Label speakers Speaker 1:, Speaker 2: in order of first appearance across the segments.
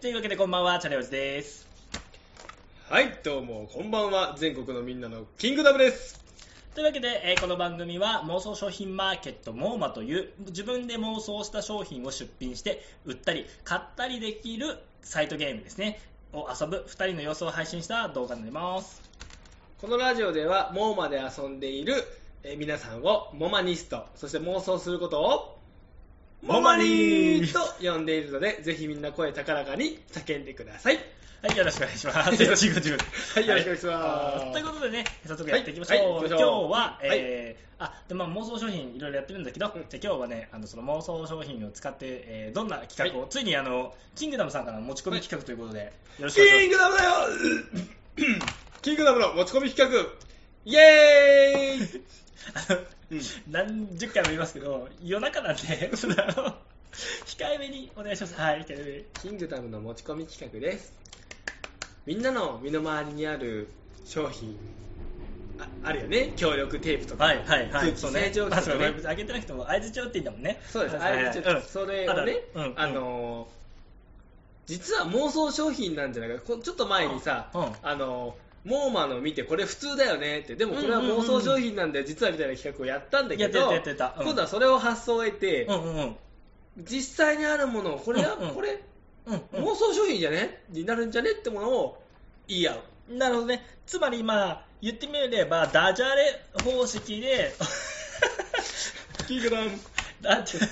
Speaker 1: というわけでこんばんは、チャレオジです。
Speaker 2: はい、どうも、こんばんは。全国のみんなのキングダムです。
Speaker 1: というわけで、えーこの番組は妄想商品マーケットモーマという自分で妄想した商品を出品して売ったり買ったりできるサイトゲームですねを遊ぶ2人の様子を配信した動画になります
Speaker 2: このラジオでは、モーマで遊んでいるえー皆さんをモマニスト、そして妄想することをモマニーと呼んでいるので、ぜひみんな声高らかに叫んでください。
Speaker 1: はい、よろしくお願いします。よろしくお願いし ます。
Speaker 2: はいよろしくお願いします
Speaker 1: ということでね、早速やっていきましょう。
Speaker 2: はいはい行
Speaker 1: 今
Speaker 2: きま
Speaker 1: 日
Speaker 2: しょう
Speaker 1: は、えーあ、で、まあ、妄想商品いろいろやってるんだけど、
Speaker 2: うん
Speaker 1: じゃあ今日はね、あの、その妄想商品を使って、えーどんな企画を、ついにあの、キングダムさんからの持ち込み企画ということで、よろしくお願いし
Speaker 2: キングダムだよキングダムの持ち込み企画、イエーイ
Speaker 1: ます。あの
Speaker 2: うん
Speaker 1: 何十回も言いますけど、夜中なん で、その、あの控えめにお願いします。はい、控えめに。
Speaker 2: キングダムの持ち込み企画ですみんなの身の回りにある商品ああるよね協力テープとか、
Speaker 1: はいはいはい。
Speaker 2: 空気清浄機と
Speaker 1: そうね
Speaker 2: か
Speaker 1: まあ
Speaker 2: ね
Speaker 1: そう上げてなくても、合図帳って言うんだもんね。
Speaker 2: そうです
Speaker 1: は
Speaker 2: あ
Speaker 1: いはい
Speaker 2: れ
Speaker 1: はい
Speaker 2: ちょっと
Speaker 1: うん
Speaker 2: それ
Speaker 1: ある
Speaker 2: を
Speaker 1: あ
Speaker 2: ね
Speaker 1: るうんうん
Speaker 2: あのー実は妄想商品なんじゃないかこちょっと前にさ、
Speaker 1: うん
Speaker 2: あのーモーマの見てこれ普通だよねってでもこれは
Speaker 1: うんうんうんう
Speaker 2: 妄
Speaker 1: ん
Speaker 2: 想商品なんだよ実はみたいな企画をやったんだけど
Speaker 1: やってたやってたうん
Speaker 2: 今度はそれを発想を得て、
Speaker 1: うんうんうん。
Speaker 2: 実際にあるものをこれは、
Speaker 1: うんうん
Speaker 2: これ
Speaker 1: うんうん、
Speaker 2: 妄想商品じゃねになるんじゃねってものを言い合う
Speaker 1: なるほどね。つまり、まあ、言ってみれば、ダジャレ方式で、
Speaker 2: キングダム
Speaker 1: ダジャ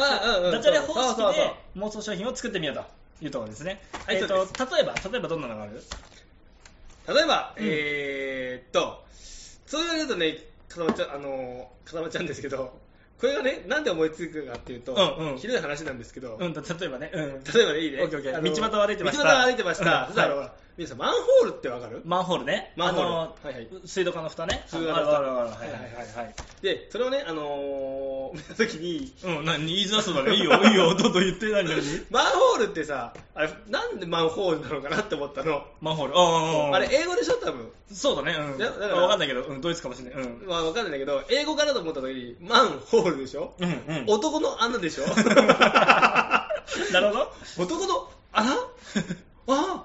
Speaker 2: あうんうん
Speaker 1: ダジャレ方
Speaker 2: そうそう
Speaker 1: 式
Speaker 2: そう
Speaker 1: で妄想商品を作ってみようというところですね。
Speaker 2: はい
Speaker 1: えっ
Speaker 2: そう
Speaker 1: と、例えば、例えばどんなのがある
Speaker 2: 例えば、
Speaker 1: うん
Speaker 2: えーっとそう言われるとねかたまちゃんあのーかたまちゃんですけどこれがねなんで思いつくかっていうと、
Speaker 1: うんうん
Speaker 2: ひどい話なんですけど、
Speaker 1: うんと、例えばね、うん。
Speaker 2: 例えばねいいね
Speaker 1: オッケーオッケー
Speaker 2: あの
Speaker 1: 道端を歩いてました
Speaker 2: 道端を歩いてました、
Speaker 1: うん
Speaker 2: そした
Speaker 1: は
Speaker 2: ら、ほ
Speaker 1: い
Speaker 2: ら皆さんマンホールってわかる
Speaker 1: マンホールね。
Speaker 2: マンホール
Speaker 1: あの
Speaker 2: はいはい
Speaker 1: 水道管の蓋ね。
Speaker 2: 水道
Speaker 1: あ
Speaker 2: 管
Speaker 1: る
Speaker 2: の蓋
Speaker 1: あるあるはいは
Speaker 2: はいい
Speaker 1: は
Speaker 2: はいい
Speaker 1: はい。
Speaker 2: でそれをねあのー見た時に
Speaker 1: うん、何言いづらそうだね。いいよ、いいよ、どんどん言ってないのに。
Speaker 2: マンホールってさあれなんでマンホールなのかなって思ったの
Speaker 1: マンホール。ああ
Speaker 2: あれ英語でしょ多分
Speaker 1: そうだね。うん。
Speaker 2: いやだから
Speaker 1: わかんないけど、うん、ドイツかもしれない。うん。
Speaker 2: まあ、わかんないんだけど、英語からと思った時に、マンホールでしょ、
Speaker 1: うん、うん。
Speaker 2: 男の穴で しょ
Speaker 1: なるほど。
Speaker 2: 男の穴あ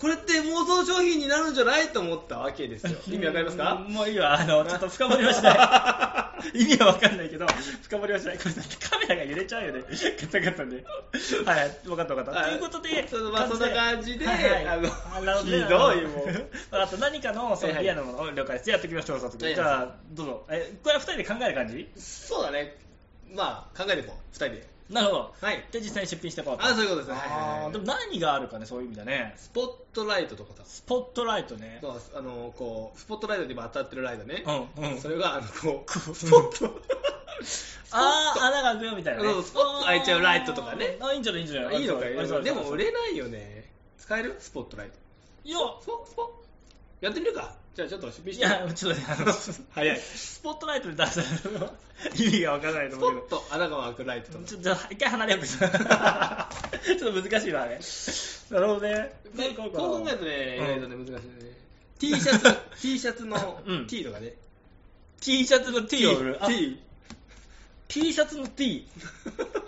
Speaker 2: これって妄想商品になるんじゃないと思ったわけですよ。意味わかりますか
Speaker 1: うんもういいわ、あの、ちょっと深掘りはし ない。意味はわかんないけど、深掘りはしない。これだってカメラが揺れちゃうよね。ガタガタで。はい、わかったわかった。
Speaker 2: は
Speaker 1: と
Speaker 2: い
Speaker 1: いうことで、
Speaker 2: そうそうまあそんな感じであの
Speaker 1: なるほね
Speaker 2: ひどいもう
Speaker 1: わかった、何かの、そ
Speaker 2: は
Speaker 1: の
Speaker 2: いはい
Speaker 1: リアルなものを了解してやっていきましょう、早速。
Speaker 2: はいはい
Speaker 1: じゃあ、どうぞ。え、これは二人で考える感じ
Speaker 2: そうだね。まあ、考えていこう、二人で。
Speaker 1: なるほど。
Speaker 2: はい。
Speaker 1: で、実際に出品していこうと。
Speaker 2: あそういうことですねはいはい
Speaker 1: あ
Speaker 2: は
Speaker 1: ー
Speaker 2: い
Speaker 1: でも何があるかね、そういう意味だね。
Speaker 2: スポットライトとかさ、
Speaker 1: スポットライトね。
Speaker 2: そうあのこうスポットライトで今当たってるライトね、
Speaker 1: うん、うん
Speaker 2: そ。れがあのこ
Speaker 1: こ う
Speaker 2: う、スポット。
Speaker 1: あー、穴が開くよみたいなね。
Speaker 2: そうスポッと開いちゃうライトとかね
Speaker 1: あー、いいんじゃないいいんじゃない
Speaker 2: いいのか
Speaker 1: あり
Speaker 2: よ
Speaker 1: そうありそうありそう
Speaker 2: でも売れないよね使えるスポットライト
Speaker 1: いや、
Speaker 2: スポスポやってみるかじゃあちょっと
Speaker 1: いや、ちょっとね、あの、
Speaker 2: 早い
Speaker 1: スポットライトで出したら、意味がわからないと
Speaker 2: ス
Speaker 1: 思
Speaker 2: ポ
Speaker 1: うけ
Speaker 2: ッと穴が開くライトと
Speaker 1: ど。
Speaker 2: か
Speaker 1: ちょっと、一回離 れようか。ちょっと難しいな、あれ。なるほどね。
Speaker 2: でこう考えるとね、
Speaker 1: うん
Speaker 2: 意外とね難しいね T シ ャツ T シャツの
Speaker 1: うん
Speaker 2: T とかね、
Speaker 1: T シャツの T を売る。あ
Speaker 2: T
Speaker 1: T シャツの T。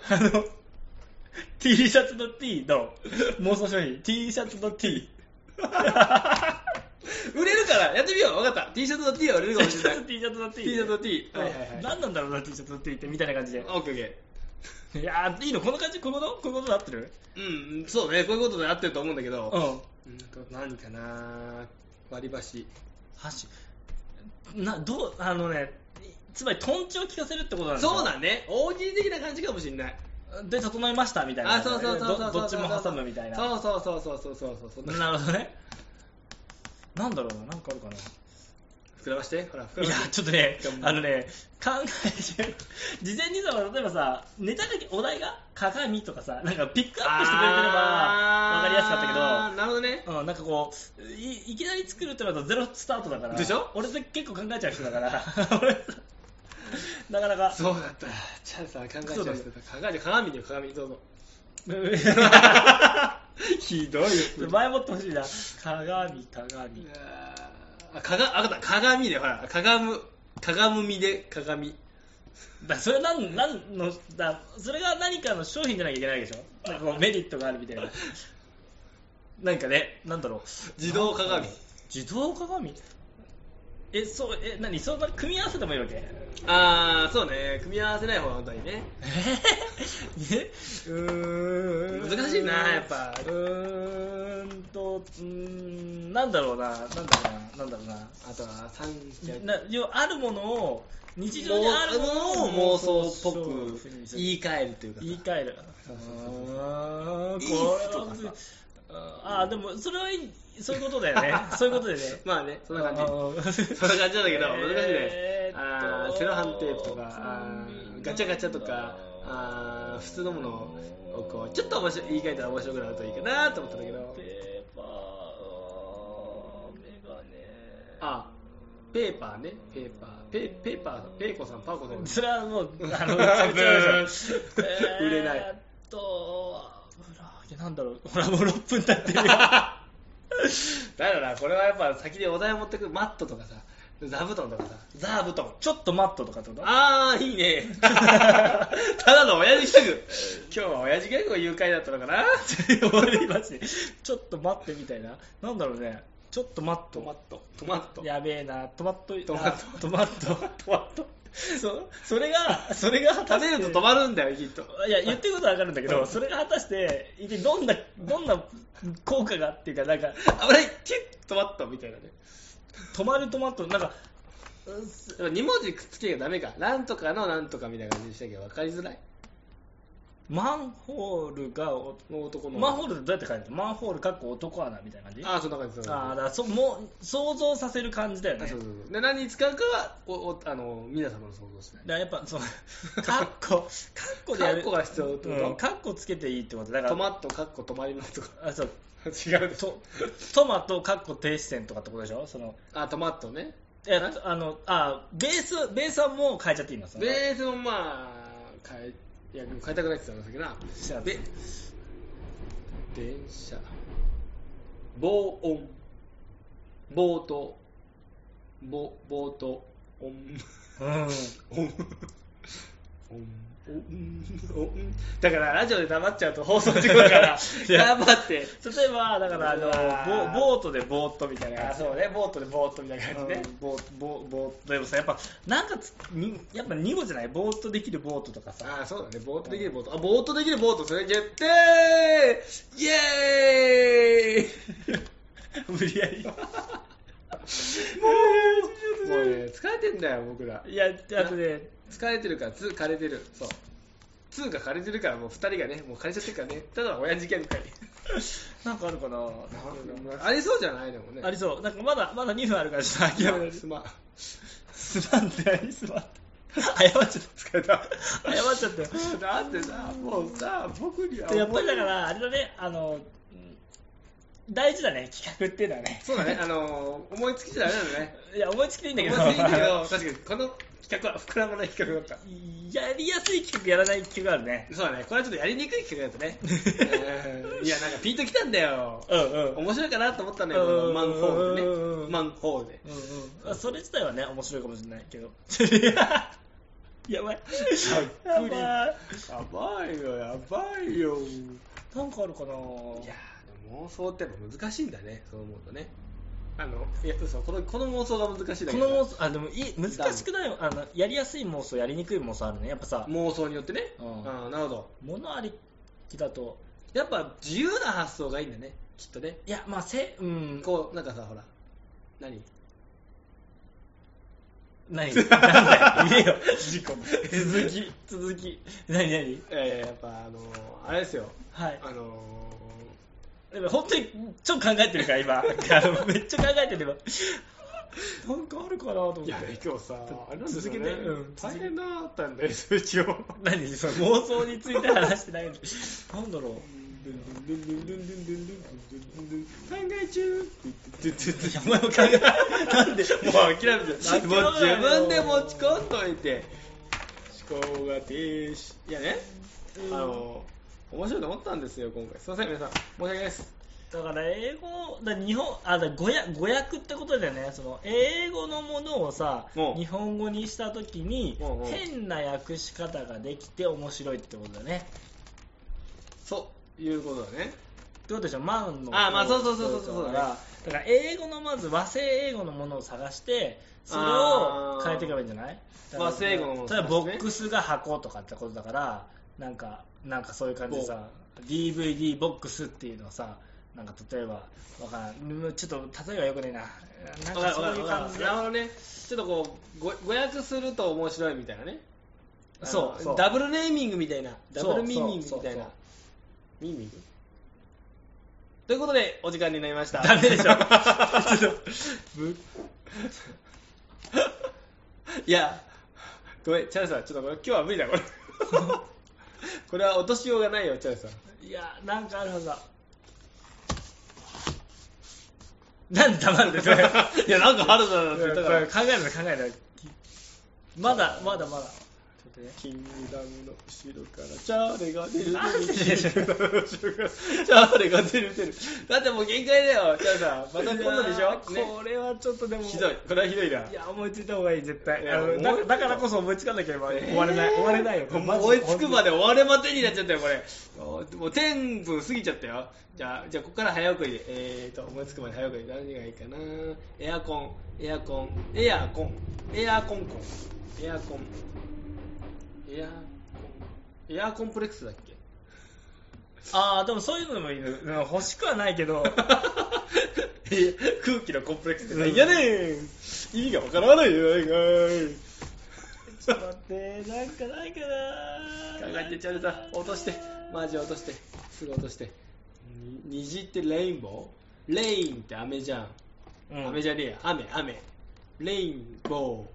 Speaker 1: あの、T シャツの T の 妄想商品。T シャツの T。
Speaker 2: 売れるからやってみよう分かった T シャツの T は売れるかも
Speaker 1: T
Speaker 2: し
Speaker 1: シ
Speaker 2: れ
Speaker 1: ャ
Speaker 2: な
Speaker 1: ツ
Speaker 2: い
Speaker 1: T シャツの T。
Speaker 2: T シャツの T
Speaker 1: うん
Speaker 2: はいはいはい
Speaker 1: 何なんだろうな、T シャツの T って、みたいな感じで。
Speaker 2: OKOK
Speaker 1: いやー、いいのこの感じこのこのことで合ってる
Speaker 2: うんそうねこういうことで合ってると思うんだけど、
Speaker 1: うん。
Speaker 2: うんと何かな割り箸
Speaker 1: 箸などうあのねつまりトンチを聞かせるってことなんですよ
Speaker 2: そうだね大喜利的な感じかもしれない
Speaker 1: で整いましたみたいな
Speaker 2: あそうそうそうそうそう
Speaker 1: どどっちも挟むみたいな
Speaker 2: そうそうそうそうそうそうそうそんな
Speaker 1: なるほどねなんだろうななんかあるかな
Speaker 2: 膨らましてほら膨
Speaker 1: い
Speaker 2: ら
Speaker 1: や
Speaker 2: まして
Speaker 1: ちょっとね
Speaker 2: でも
Speaker 1: あのね考えて事前にさ例えばさネタだけお題が鏡とかさなんかピックアップしてくれてればわかりやすかったけど
Speaker 2: どなるほどね
Speaker 1: うん、なんかこういいきなり作るってなるとゼロスタートだから
Speaker 2: でしょ
Speaker 1: 俺って結構考えちゃう人だ から 俺なかなか
Speaker 2: そうだったチャンさん考えちゃ
Speaker 1: そう
Speaker 2: う
Speaker 1: だ
Speaker 2: 考
Speaker 1: よ
Speaker 2: えて鏡に鏡にどうぞひどい
Speaker 1: 前もってほしいな鏡鏡
Speaker 2: あかがあわかった鏡でほらかがむかがむみで鏡
Speaker 1: だそれなんなんのだそれが何かの商品じゃなきゃいけないでしょなんかこうメリットがあるみたいななんかね、なんだろう。
Speaker 2: 自動鏡
Speaker 1: 自動鏡え、そう、え、何そんな組み合わせてもいいわけ
Speaker 2: ああそうね組み合わせない方が本当に ね
Speaker 1: えーえうーん
Speaker 2: 難しいなやっぱ
Speaker 1: うーんと、うーん、なんだろうな、なんだろうな、なんだろうな。
Speaker 2: あとは三脚
Speaker 1: な要はあるものを日常にあるものを
Speaker 2: 妄想っぽく言
Speaker 1: 言い
Speaker 2: い換えるというかさ
Speaker 1: 言い換える
Speaker 2: そうそうそうそう
Speaker 1: あー
Speaker 2: いい
Speaker 1: こ
Speaker 2: 服
Speaker 1: れ
Speaker 2: と
Speaker 1: は
Speaker 2: かさ
Speaker 1: あーでもそれはいいそういうことだよ ねそういうことでね
Speaker 2: まあねそんな感じ
Speaker 1: じ
Speaker 2: そんな感じなんだけど難しい
Speaker 1: え
Speaker 2: ね
Speaker 1: ーっと
Speaker 2: あーセロハンテープとかあーガチャガチャとかあー普通のものをこうちょっと面白い言い換えたら面白くなるといいかなと思ったんだけど
Speaker 1: ペーパーあーメガネ
Speaker 2: あペーパーねペーパーペペーパーさんペーコさんパーコさん
Speaker 1: それはもう、あ の、
Speaker 2: ブー
Speaker 1: めちゃめちゃ
Speaker 2: ブー売れない
Speaker 1: えーっと、油揚げなんだろう。ほら、もう6分経 ってるよ。
Speaker 2: だからこれはやっぱ先にお題を持ってくるマットとかさ座布団とかさザー布団
Speaker 1: ちょっとマットとかってこと
Speaker 2: あーいい ねただの親父ギャグ 今日は親父ギャグを誘拐だったのか な
Speaker 1: 終わりましちょっと待ってみたいな。なんだろうね。ちょっと待っ
Speaker 2: トマ
Speaker 1: と。
Speaker 2: トトマト
Speaker 1: やべえな。トマット。
Speaker 2: トマ
Speaker 1: あトマット。トマット。そそれが、それが果た
Speaker 2: 食
Speaker 1: して
Speaker 2: べると止まるんだよきっと
Speaker 1: いや、言ってることはわかるんだけど、それが果たして、一体どんな、どんな効果がっていうか、なんか、
Speaker 2: 危ないキュットマットみたいなね
Speaker 1: 止まるトマット、なんか、うん
Speaker 2: でも2文字くっつけがダメかなんとかのなんとかみたいな感じにしたけど分かりづらい
Speaker 1: マンホールがお
Speaker 2: 男の
Speaker 1: マンホールってどうやって書いてるマンホールかっこ男穴みたいな感じ
Speaker 2: ああそんな感じそんな感じ
Speaker 1: あーだからそもう想像させる感じだよ
Speaker 2: あ
Speaker 1: ね
Speaker 2: そうそうそうで何に使うかはおおあの皆様の想像してない
Speaker 1: だからやっぱ そのカッコカッコでやる
Speaker 2: カッコが必要ってこと
Speaker 1: うんカッコつけていいってことだから
Speaker 2: トマトかっこ止まりますとか
Speaker 1: あそう
Speaker 2: 違うでしょ
Speaker 1: とトマトカッコ停止線とかってことでしょその
Speaker 2: あトマトね
Speaker 1: いやあのあベースベースはもう変えちゃっていいのその
Speaker 2: ベースもまあ変えいやでも変えたくないって言ってたんですけどなで電車防音冒頭ぼ冒頭音
Speaker 1: うん
Speaker 2: 音音音音だからラジオで黙っちゃうと放送事故だから
Speaker 1: いや
Speaker 2: 頑張って
Speaker 1: 例えばだからあ
Speaker 2: うわー
Speaker 1: のボボートでボーっとみたいな
Speaker 2: あ
Speaker 1: 感じ
Speaker 2: そうねボートでボーっとみたいな感じね、
Speaker 1: ボーボーボーでもさやっぱなんかつにやっぱ2語じゃないボーっとできるボートとかさ
Speaker 2: ああそうだねボートできるボート、あボートできるボートそれ決定イエーイ
Speaker 1: 無理やり
Speaker 2: もうね疲れてんだよ僕ら
Speaker 1: いやあとね
Speaker 2: 疲れてるから2枯れてるそう2が枯れてるからもう2人がねもう枯れちゃってるからねただ親父ギャグかい
Speaker 1: なんかあるかな
Speaker 2: ありそうじゃないでもね
Speaker 1: ありそうなんかまだまだ2分あるからちょっと諦め る
Speaker 2: すまん
Speaker 1: すまんって何すまんって 謝っちゃっ
Speaker 2: 疲れた
Speaker 1: た謝っちゃったよ
Speaker 2: だってさもうさ僕には
Speaker 1: やっぱりだからあれだねあのうん大事だね企画っていうのはね
Speaker 2: そうだねあのー思いつきじゃダメなのね
Speaker 1: いや思いつきでいいんだけど
Speaker 2: 思いつきいいんだけど確かにこの企画は膨らまない企画だった
Speaker 1: やりやすい企画やらない企画があるね
Speaker 2: そうだね、これはちょっとやりにくい企画だ ったね。うんいや、なんかピンときたんだよ。
Speaker 1: うんうん
Speaker 2: 面白いかなと思ったんだ
Speaker 1: う
Speaker 2: よ、
Speaker 1: ん
Speaker 2: マンホール
Speaker 1: うん
Speaker 2: で
Speaker 1: う
Speaker 2: ね。
Speaker 1: ん
Speaker 2: マンホールで。
Speaker 1: うんうん、それ自体はね面白いかもしれない けどやばいやばい
Speaker 2: やばいよ、やばいよ。
Speaker 1: なんかあるかない
Speaker 2: やー、でも妄想ってやっぱ難しいんだね、そう思うとね。あの、いや、嘘、このこの妄想が難しいだ
Speaker 1: こ
Speaker 2: けど
Speaker 1: の妄想あでもいい難しくないあのやりやすい妄想やりにくい妄想あるねやっぱさ
Speaker 2: 妄想によってね。
Speaker 1: うん
Speaker 2: あーなるほど。
Speaker 1: 物ありきだと
Speaker 2: やっぱ自由な発想がいいんだね、きっとね。
Speaker 1: いやまあせうん
Speaker 2: こう、なんかさ、ほら、何
Speaker 1: 何なんだよ言えよ続き続き何何
Speaker 2: えーやっぱあのーあれですよ。
Speaker 1: はい
Speaker 2: あのー
Speaker 1: でも本当にちょっと考えてるから 今あのめっちゃ考えてるよ今なんかあるかなと思っ
Speaker 2: い
Speaker 1: て
Speaker 2: や今日さあれなんですよ
Speaker 1: 続け
Speaker 2: ね、
Speaker 1: てうん
Speaker 2: 大変だったんだよ一応
Speaker 1: 何その妄想について話してないのなんだろう
Speaker 2: 考え中
Speaker 1: いやお前も考えなんで
Speaker 2: もう諦めて
Speaker 1: 諦めろ
Speaker 2: も
Speaker 1: よ
Speaker 2: う自分で持ち込んどいて思考が停止いやねあの面白いと思ったんですよ今回すいません皆さん申し訳ないです
Speaker 1: だから英語だから日本あだから語訳語訳ってことだよねその英語のものをさ
Speaker 2: うん
Speaker 1: 日本語にした時に
Speaker 2: うんうん
Speaker 1: 変な訳し方ができて面白いってことだね
Speaker 2: そういうことだね
Speaker 1: ってことでしょマンの
Speaker 2: あまあそうそうそうそうそう
Speaker 1: だからだから英語のまず和製英語のものを探してそれを変えていけばいいんじゃない
Speaker 2: あー和製英語のものを
Speaker 1: 例え
Speaker 2: 探
Speaker 1: ば
Speaker 2: してね
Speaker 1: ボックスが箱とかってことだからなんかなんかそういう感じでさ DVD ボックスっていうのをさなんか例えばわからんうんちょっと例えばよくねえななん
Speaker 2: わか
Speaker 1: か
Speaker 2: る
Speaker 1: そう
Speaker 2: わか
Speaker 1: い
Speaker 2: る
Speaker 1: う
Speaker 2: わ
Speaker 1: 感
Speaker 2: か
Speaker 1: じ
Speaker 2: る
Speaker 1: で
Speaker 2: なるほどねちょっとこうご誤訳すると面白いみたいなね
Speaker 1: そう
Speaker 2: あの
Speaker 1: そう
Speaker 2: ダブルネーミングみたいなダ
Speaker 1: そう
Speaker 2: ブルミーミング
Speaker 1: そう
Speaker 2: みたいな
Speaker 1: そう
Speaker 2: ミーミングということでお時間になりました
Speaker 1: ダメでし ょちょっ
Speaker 2: いやごめんチャンさんちょっとこれ今日は無理だ これこれは落としようがないよチャンさん
Speaker 1: といやなんかあるはずだなんで黙るんですか
Speaker 2: いやなんかあるだろ
Speaker 1: こ れ考えるの考えるのまだまだまだちょっとね
Speaker 2: キングダムの後ろからチャーレが出る
Speaker 1: なんで
Speaker 2: キングダムの後ろからチャーレが出る出るだってもう限界だよチャンさんまた今度でし
Speaker 1: いやー
Speaker 2: ょ、ね、
Speaker 1: これはちょっとでも
Speaker 2: ひどいこれはひどいない
Speaker 1: や思いついた方がいい絶対
Speaker 2: いや
Speaker 1: あの
Speaker 2: 思いつい
Speaker 1: だ
Speaker 2: た
Speaker 1: だからこそ思いつかなければ終われない、終われない よこれマジで
Speaker 2: 追いつくまで終われまてになっちゃったよこれもう天分過ぎちゃったよじゃあじゃあここから早送りでえーと思いつくまで早送り何がいいかなエアコンエアコンエアコンエアコンコンエアコンエアコンエアコンプレックスだっけ
Speaker 1: ああでもそういうのもいるうん欲しくはないけ ど
Speaker 2: いや空気のコンプレックスって何やねん意味がわからないよないかい
Speaker 1: ちょっと待ってなんかないか
Speaker 2: 考
Speaker 1: な
Speaker 2: えてちゃうさ落としてマジ落としてすぐ落としてに虹ってレインボーレインって飴じゃん
Speaker 1: うん
Speaker 2: 飴じゃねえや雨雨レインボ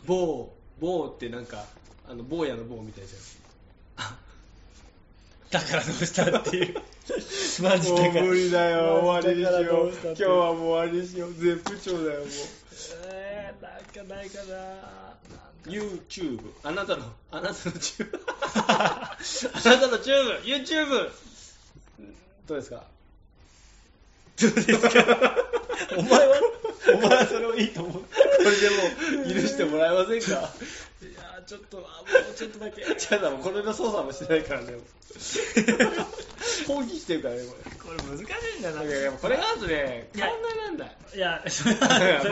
Speaker 2: ーボーボーってなんかあの坊やの坊みたいじ
Speaker 1: だからどうしたって いう
Speaker 2: ゃ
Speaker 1: マ
Speaker 2: ん
Speaker 1: ジだからだからどうしたっていう
Speaker 2: もう終わりにしよう絶不調だよもう
Speaker 1: えー、なんかないかななんか
Speaker 2: YouTube あな たのあなたのチューブあなたのチューブ YouTube どうですかどうですか
Speaker 1: お前はお前はそれをいいと思う
Speaker 2: これでもう許してもらえませ ん
Speaker 1: い
Speaker 2: か
Speaker 1: やーちょっとあもう ちょっとだけ
Speaker 2: チャンさんもこれの操作もしてないからねもう抗議してるからねこれ
Speaker 1: これ難しいんだよない
Speaker 2: やいやこれがあるとね
Speaker 1: い
Speaker 2: 考
Speaker 1: や
Speaker 2: えらん ない
Speaker 1: いやそれ
Speaker 2: いやマ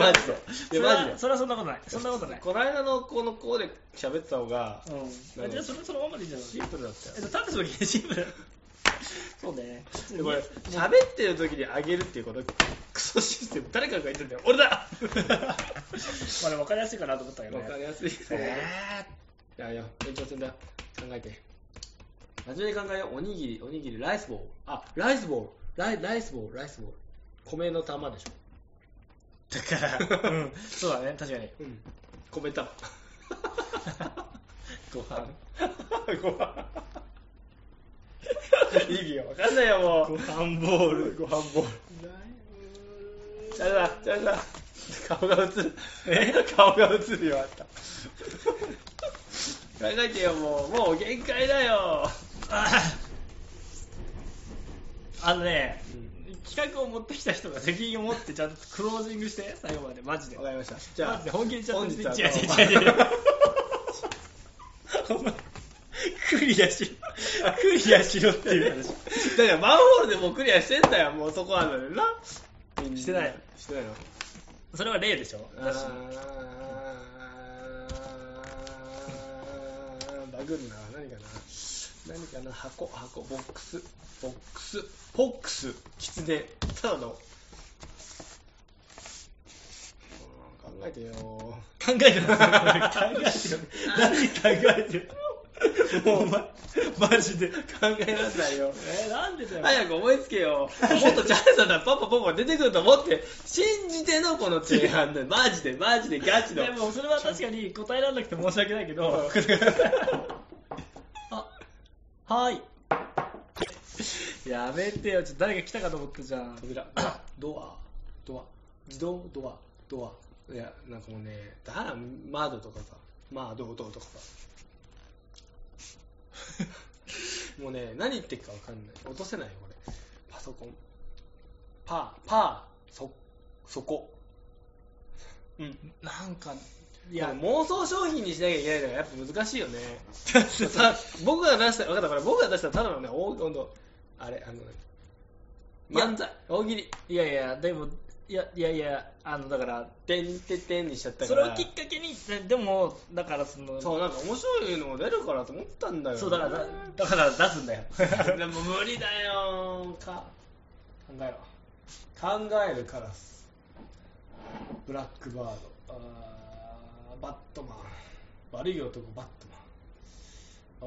Speaker 1: は
Speaker 2: ジで
Speaker 1: そ
Speaker 2: い
Speaker 1: れ
Speaker 2: やマジで
Speaker 1: はそれはそんなことないそんなことない
Speaker 2: この間のこのこうで喋ってた方が
Speaker 1: うん、じゃあそれそのままでいいじゃん
Speaker 2: シンプルだったよ
Speaker 1: えっと立ってる時にシンプルそうね
Speaker 2: でこれ喋ってる時に上げるっていうこのクソシステム誰かが言ってんだよ俺 だ
Speaker 1: まあでも分かりやすいかなと思ったけど
Speaker 2: わ
Speaker 1: ね
Speaker 2: かりや すいですねいやいや延長戦だよ考えて真面目に考えようおにぎりおにぎりライスボールあライスボールライライスボールライスボール米の玉でしょ
Speaker 1: だから、うん、そうだね確かに
Speaker 2: うん米玉
Speaker 1: ご飯
Speaker 2: ご飯意味が分かんないよもう
Speaker 1: 飯ボール
Speaker 2: ご飯ボールチャルさんチャルさん顔が映るえ顔が映るよあん た考えてよもうもう限界だよ
Speaker 1: ああのね
Speaker 2: う
Speaker 1: 企画を持ってきた人が責任を持ってちゃんとクロージングして最後までマジで
Speaker 2: わかりましたじゃ
Speaker 1: マジ
Speaker 2: あ
Speaker 1: で本気でちゃんと
Speaker 2: 本日は
Speaker 1: 違う違う違う違う お前クリアしろクリアしろっていう話
Speaker 2: だからマンホールでもうクリアしてんだよもうそこはなんだよな
Speaker 1: してない
Speaker 2: してないの
Speaker 1: それは例でしょ
Speaker 2: あ
Speaker 1: だし
Speaker 2: ーバグるな何かな何かな箱箱ボックスボックスフォックスキツネただのうん考えてよ
Speaker 1: 考えてない考えてる何考えてるもうお前マジで
Speaker 2: 考えなさいよ
Speaker 1: えー、なんでだよ
Speaker 2: 早く思いつけよもっとチャンスだパパパパ出てくると思って信じてのこの提案でマジでマジでガチの
Speaker 1: でもそれは確かに答えられなくて申し訳ないけどあはいやめてよちょっと誰か来たかと思ったじゃん
Speaker 2: 扉ドアドア自動ドアドアいやなんかもうねだから窓とかさ窓ドアとかさ もうね何言ってるか分かんない落とせないよこれパソコンパーパーそそこ
Speaker 1: うんなんかい
Speaker 2: いや
Speaker 1: や
Speaker 2: 妄想商品にしなきゃいけないのがやっぱ難しいよ ねさ僕が出した分かったこれ僕が出したただのね温度あれあのね
Speaker 1: いや
Speaker 2: 漫才大喜利
Speaker 1: いやいや、でも、いやいやいや、あの、だから、
Speaker 2: てんててんにしちゃった
Speaker 1: そ
Speaker 2: か
Speaker 1: れ
Speaker 2: ら
Speaker 1: をきっかけに、ででも、だからその、
Speaker 2: そうなんか面白いの出るからと思ったんだよね
Speaker 1: そうだから、だから出すんだ よ。
Speaker 2: でも無理だよか考えろ考えるカラスブラックバードあーバットマン悪い男バットマン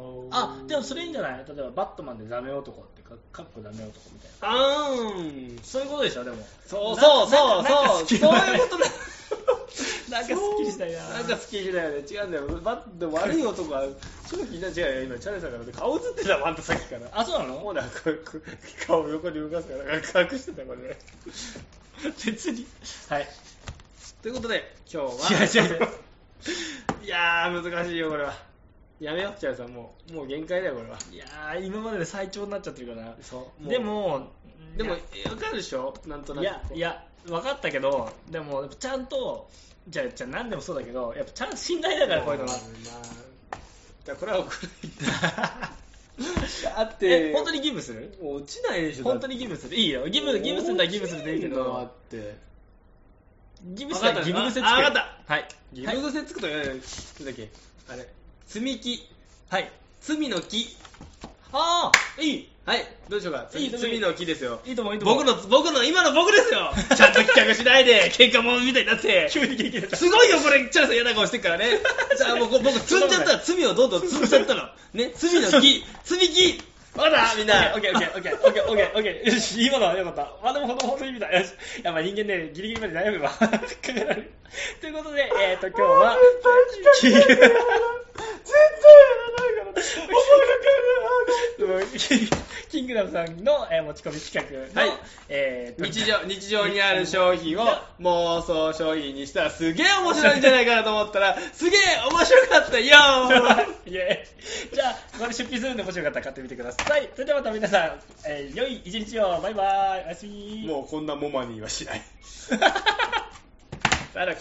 Speaker 2: おー
Speaker 1: あ、でもそれいいんじゃない例えば、バットマンでダメ男ってか、かっこダメ男みたいな。
Speaker 2: あーん
Speaker 1: そういうことでしょ、でも。
Speaker 2: そう
Speaker 1: な
Speaker 2: そうそ
Speaker 1: な
Speaker 2: う
Speaker 1: んかなんか
Speaker 2: そう
Speaker 1: 好き
Speaker 2: そういうことだ
Speaker 1: なんかすっきりしたいな
Speaker 2: そうなんか好きりだよね違うんだよバッでも悪い男は正直な違うよ今チャレさんから顔映ってたもんあんたさっきから
Speaker 1: あ、そうな
Speaker 2: もう
Speaker 1: の
Speaker 2: なんかこう顔を横に動かすから隠してたこれね
Speaker 1: 別に。はい。
Speaker 2: ということで今日
Speaker 1: いや
Speaker 2: は
Speaker 1: 違う違う
Speaker 2: いやー難しいよこれはやめようチャイさんもうもう限界だよこれはい
Speaker 1: やー、今までで最長になっちゃってるから。
Speaker 2: そう
Speaker 1: でも、
Speaker 2: でもわかるでしょなんとないく
Speaker 1: や、いや、分かったけど、でも、ちゃんと、じゃあ、じゃあ何でもそうだけど、やっぱちゃんと信頼だから、こういうの は。
Speaker 2: だからこれは送らないだって
Speaker 1: え、本当に義務する
Speaker 2: もう落ちないでしょ
Speaker 1: 本当
Speaker 2: に
Speaker 1: に義務する。いいよ。義務、義務するなら義務するでいいけ
Speaker 2: だ
Speaker 1: ど
Speaker 2: っ、て
Speaker 1: 義務するなら義務癖つける。
Speaker 2: あわかった
Speaker 1: はい。
Speaker 2: 義務癖つくとね、なんだっけあれ積み木
Speaker 1: はい。はい。
Speaker 2: 罪の木
Speaker 1: ああいい
Speaker 2: はいどうでしょうか
Speaker 1: いい
Speaker 2: 罪の木ですよ
Speaker 1: いいと思う、いいと思う。
Speaker 2: 僕の、僕の、今の僕ですよちゃんと企画しないで、喧嘩者みたいになって。
Speaker 1: 急に激励だ
Speaker 2: すごいよ、これ、チャラさん嫌な顔してるからね。 じゃあ、もうこ僕、積んじゃったら、罪をどんどん積んじゃったの。 ね、罪の木、積み木。わかったみんな。
Speaker 1: オッケーオッケーオッケーオッケーオッケーオッケー。よし、今のはよかった。まあでもほんとほんとに意味だ。よし。やっぱ人間ね、ギリギリまで悩めば 考えられる。ということで、えっ、ー、と、今日 は、
Speaker 2: 絶対 やらない
Speaker 1: らないから。キングダムさんの、えー持ち込み企画の、
Speaker 2: はい
Speaker 1: えーと
Speaker 2: 日常、日常にある商品を妄想商品にしたらすげえ面白いんじゃないかなと思ったら、すげえ面白かったよ
Speaker 1: イエーイじゃあ、ここで出品するんで、もしよかったら買ってみてください。それではまた皆さん、えー良い一日 を、バイバイ、おやすみ。
Speaker 2: もうこんなモマニーはしない。
Speaker 1: 誰か